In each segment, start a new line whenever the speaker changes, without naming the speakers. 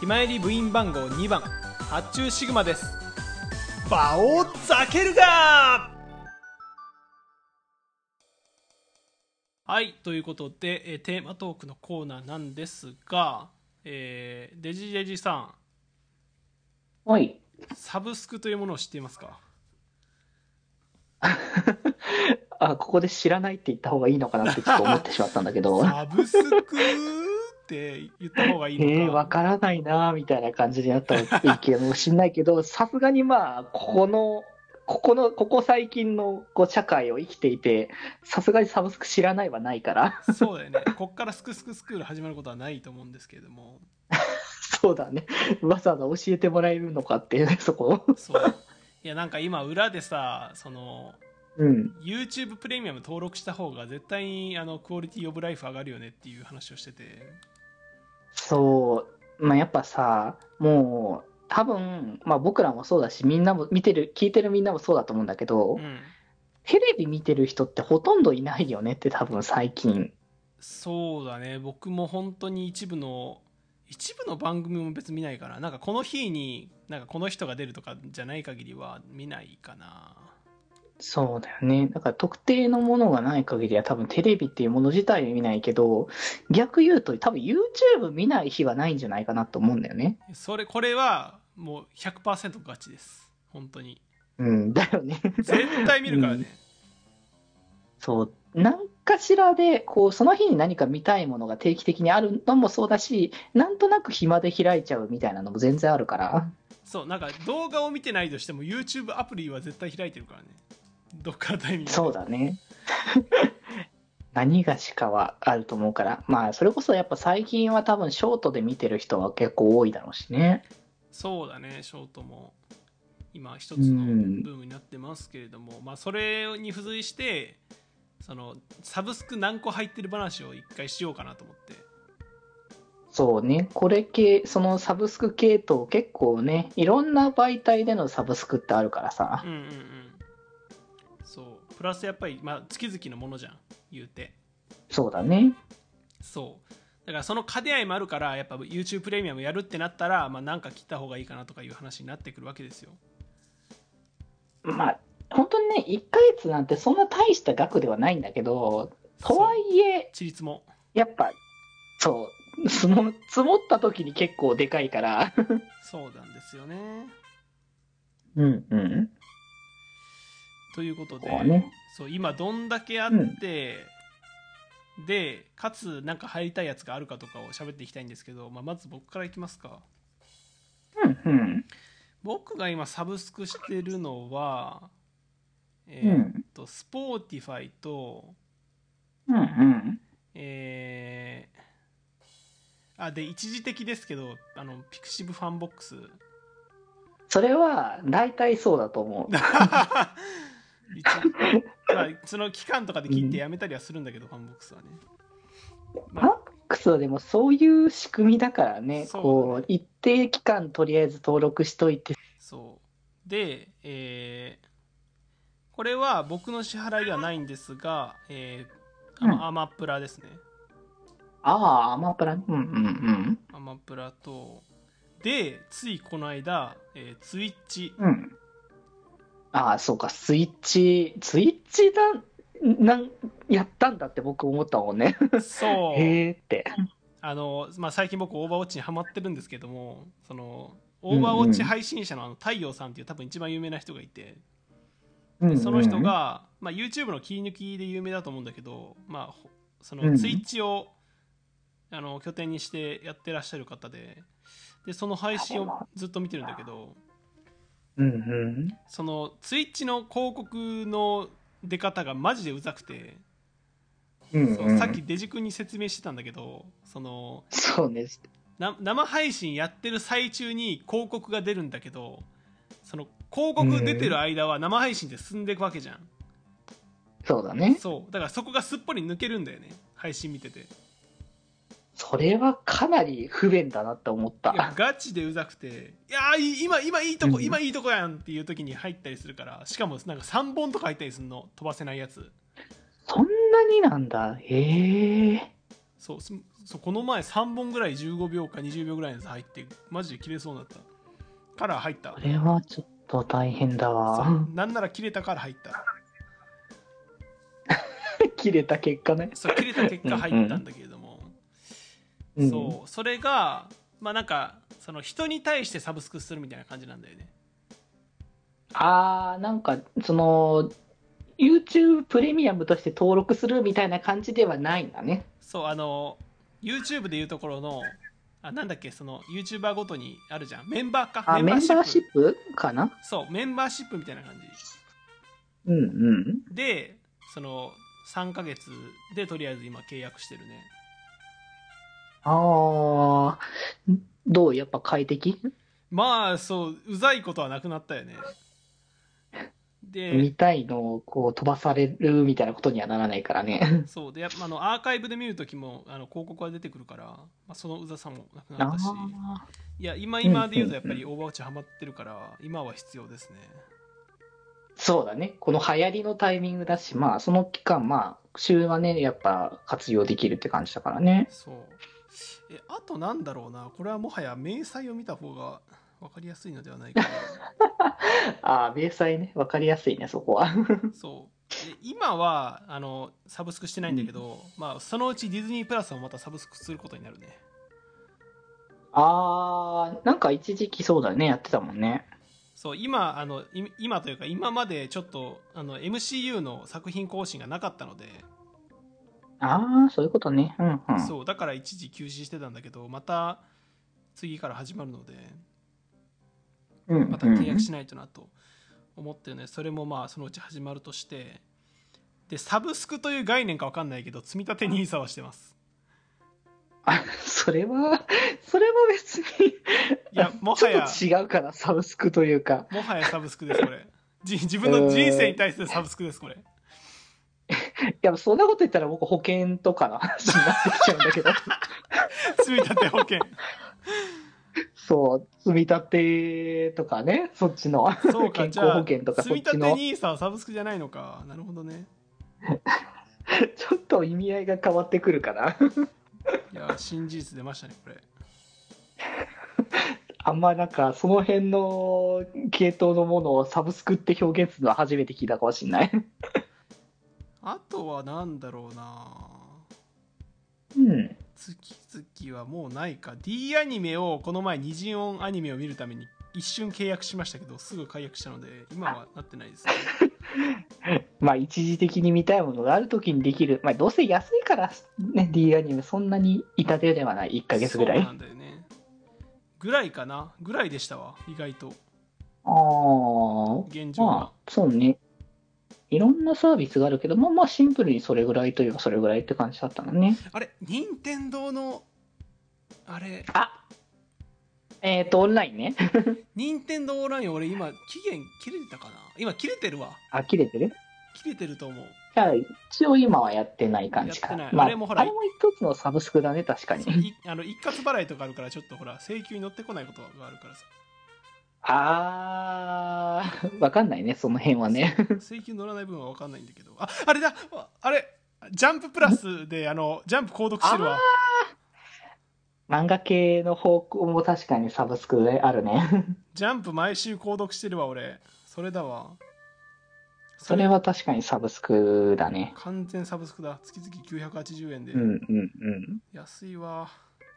ひまえり部員番号2番発注シグマですバオザケルガはいということで、えーテーマトークのコーナーなんですが、えーデジデジさん
はい。
サブスクというものを知っていますか
あ、ここで知らないって言った方がいいのかなってちょっと思ってしまったんだけど、
サブスクって言った方がいい
え
のか、
ー、わからないなみたいな感じになったのいいけど、知んないけ ど、さすがにまあ、ここの、ここの、ここ最近のこう社会を生きていて、さすがにサブスク知らないはないから、
そうだよねこっから「すくすくスクール」始まることはないと思うんですけれども
そうだね。わざわざ教えてもらえるのかっていうね、 そこ。
そういやなんか今裏でさその
うん。
YouTube プレミアム登録した方が絶対にあのクオリティオブライフ上がるよねっていう話をしてて
そう、まあ、やっぱさ、もう、多分、まあ僕らもそうだし、みんなも、見てる、聞いてるみんなもそうだと思うんだけど、
うん
テレビ見てる人ってほとんどいないよねって多分最近。
そうだね僕も本当に一部の一部の番組も別に見ないからなんかこの日になんかこの人が出るとかじゃない限りは見ないかな
そうだよね。だから特定のものがない限りは多分テレビっていうもの自体は見ないけど、逆言うと多分 YouTube 見ない日はないんじゃないかなと思うんだよね。
それこれはもう100%ガチです本当に
うん、だよね。
絶対見るからね、
そう。何かしらで、こう、その日に何か見たいものが定期的にあるのもそうだし、なんとなく暇で開いちゃうみたいなのも全然あるから。
そうなんか動画を見てないとしても YouTube アプリは絶対開いてるからねどっかのタイミングで
そうだね。何がしかはあると思うから、まあ、それこそやっぱ最近は多分ショートで見てる人は結構多いだろうしね。
そうだねショートも今一つ
う
の
ん
ブームになってますけれども、まあ、それに付随してそのサブスク何個入ってる話を一回しようかなと思って
そうね、これ系、そのサブスク系統結構ね、いろんな媒体でのサブスクってあるからさ
う、んうんうんそうプラスやっぱり、まあ、月々のものじゃん言うて
そうだね。
そうだからその兼ね合いもあるからやっぱ YouTube プレミアムやるってなったら、まあ、なんか切った方がいいかなとかいう話になってくるわけですよ
まあ、本当にね、1ヶ月なんてそんな大した額ではないんだけど、とは
そう
いえ、
地立も
やっぱ、そう、その積もった時に結構でかいから、
そうなんですよね
うんうん。
ということで、
こうね。
そう今どんだけあって、でかつなんか入りたいやつがあるかとかを喋っていきたいんですけど、まあ、まず僕からいきますか
うんうん。
僕が今サブスクしてるのはえ
う
ーっ
ん
と、スポーティファイと
うんうん。
えーあで一時的ですけどあのピクシブファンボックス
それは、大体そうだと思う。
一まあ、その期間とかで切ってやめたりはするんだけど、ファンボックスはね
マックスはでもそういう仕組みだからね、
そう
こう、一定期間とりあえず登録しといて。
そうで、えーこれは僕の支払いではないんですが、えー
うん
アマアマプラですね
ああ、アマプラね。うんうんうん。
アマプラとでついこの間、えツイッ チ
うん。ああ、そうか、スイッチ、スイッチだ、なん、やったんだって僕思ったもんね。
そう
へえって。
あの、まあ、最近僕オーバーウォッチにハマってるんですけどもそのオーバーウォッチ配信者のあの太陽さんっていう多分一番有名な人がいてでその人
うんうん、
が、まあ、YouTube の切り抜きで有名だと思うんだけど、まあほ、そ
うんう
の
ん
ツイッチを、あの拠点にしてやってらっしゃる方ででその配信をずっと見てるんだけど
うんうん。
そのツイッチの広告の出方がマジでうざくて、
うんうん
そうさっきデジ君に説明してたんだけどその
そうね。
な生配信やってる最中に広告が出るんだけどその広告出てる間は生配信で進んでいくわけじゃん。
そうだね。
そうだからそこがすっぽり抜けるんだよね配信見ててい
それはかなり不便だなって思った。
やガチでうざくて「いやーいい今今いいとこ、
うん
今いいとこやん」っていう時に入ったりするからしかもなんか3本とか入ったりするの飛ばせないやつ
そんなになんだ。へえ。
そうすそうこの前3本ぐらい15秒か20秒ぐらいのやつ入ってマジで切れそうになったカラー入った
これはちょっと大変だ
そう
わ。
なんなら切れたから入った
切れた結果ね。
そう切れた結果入ったんだけれども、
うん
そうそれがまあなんかその人に対してサブスクするみたいな感じなんだよね
あー、なんか、その、YouTube プレミアムとして登録するみたいな感じではないんだね。
そうあの YouTube でいうところのあなんだっけその YouTuber ごとにあるじゃんメンバーか
あ、メンバーシッ
プ
プかな
そうメンバーシップみたいな感
うんうん。
じでその3ヶ月でとりあえず今契約してるね
あー、どうやっぱ快適
まあそううざいことはなくなったよねで
見たいのをこう飛ばされるみたいなことにはならないから ね。
そうでやっぱあのアーカイブで見るときもあの広告が出てくるから、まあ、そのうざさもなくな
あ
ったし
あ
いや今今で言うとやっぱりオーバーウォッチハマってるから今は必要ですね
そうだね。この流行りのタイミングだし、まあ、その期間、まあ、週はね、やっぱ活用できるって感じだからね。
そうえあとなんだろうなこれはもはや明細を見た方が分かりやすいのではないかな
ああ、明細ね、わかりやすいね、そこは。
そうで今はあのサブスクしてないんだけど、まあ、そのうちディズニープラスもまたサブスクすることになるね
ああ、なんか一時期そうだね、やってたもんね。
そう今あのい今というか今までちょっとあの MCU の作品更新がなかったので、
ああ、そういうことね。うんうん。
そうだから一時休止してたんだけどまた次から始まるので
うんうん
また契約しないとなと思ってるのでそれもまあそのうち始まるとしてでサブスクという概念か分かんないけど積み立て NISA はしてます
あ、それは、それは別に、
いやも
ち
は
ょ
や
っと違うかな、サブスクというか。
もはやサブスクですこれじ自分の人生に対するサブスクですこれ
いや、そんなこと言ったら僕保険とかの話になってきちゃうんだけど。
積み立て保険
そう、積み立てとかね、 そっちの。
そうか
健
じ
康
ゃ
保
あ積
険とかそっ
み立
ち
て
の
NISA はサブスクじゃないのかなるほどね
ちょっと意味合いが変わってくるかな。
いや新事実出ましたねこれ
あんまなんか、その辺の系統のものをサブスクって表現するのは初めて聞いたかもしれない。
あとは何だろうな
うん。
月々はもうないか D アニメをこの前二次音アニメを見るために一瞬契約しましたけどすぐ解約したので今はなってないです、ね、
まあ、一時的に見たいものがあるときにできる。まあ、どうせ安いから、ね、D アニメそんなに痛手ではない。1ヶ月ぐらい。
そう
あ
なんだよねぐらいかなぐらいでしたわ意外と
あー。
現状は、
まあ、そうね。いろんなサービスがあるけど、まあまあシンプルにそれぐらいといえばそれぐらいって感じだったのね。
あ、れ任天堂のあれ
あえっ、と、オンラインね。
任天堂オンライン俺今期限切れてたかな今切れてるわ
あ、切れてる
切れてると思う
じゃあ、一応今はやってない感じか。
やってない
まあ、
あれもほら
あれも一つのサブスクだね、確か
そう
に。
いあの一括払いとかあるからちょっとほら請求に乗ってこないことがあるからさ
あー、わかんないね、その辺はね。
請求乗らない分は分かんないんだけどああれだああれジャンププラスであのジャンプ購読してるわ
漫画系の方向も確かにサブスクである ね。
ジャンプ毎週購読してるわ俺それだわ
それは確かにサブスクだね。
完全サブスクだ月々980円で、
うんうんうん。
安いわ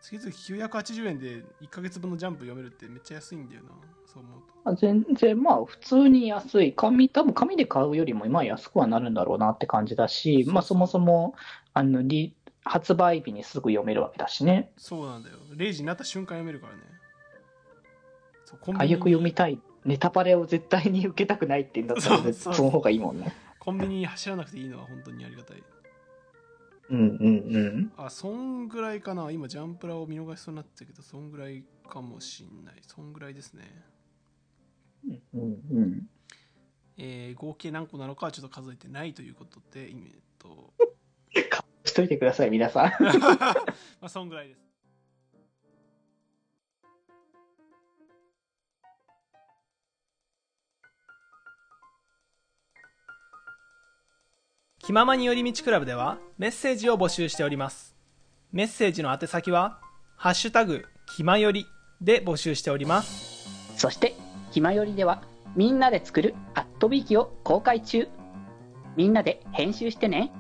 月々980円で1ヶ月分のジャンプ読めるってめっちゃ安いんだよなそう思うと
まあ全然まあ普通に安い紙多分紙で買うよりもまあ安くはなるんだろうなって感じだしまあそもそもあのリ発売日にすぐ読めるわけだしね
そうなんだよ0時になった瞬間読めるからねそうコン
あ
ビ
よく読
ニ
みたいネタバレを絶対に受けたくないって言うんだったら
そう
そ
そう
の方がいいもんね
コンビニに走らなくていいのは本当にありがたい
うんうんうん
あそんぐらいかな今ジャンプラを見逃しそうになってたけどそんぐらいかもしんないそんぐらいですね
うんうん
えー合計何個なのかはちょっと数えてないということでえっと
しといてください皆さん
まあそんぐらいです気ままに寄り道クラブではメッセージを募集しておりますメッセージの宛先は「ハッシュタグひまより」で募集しております
そして、ひまよりでは、みんなで作るアットビーキを公開中。みんなで編集してね。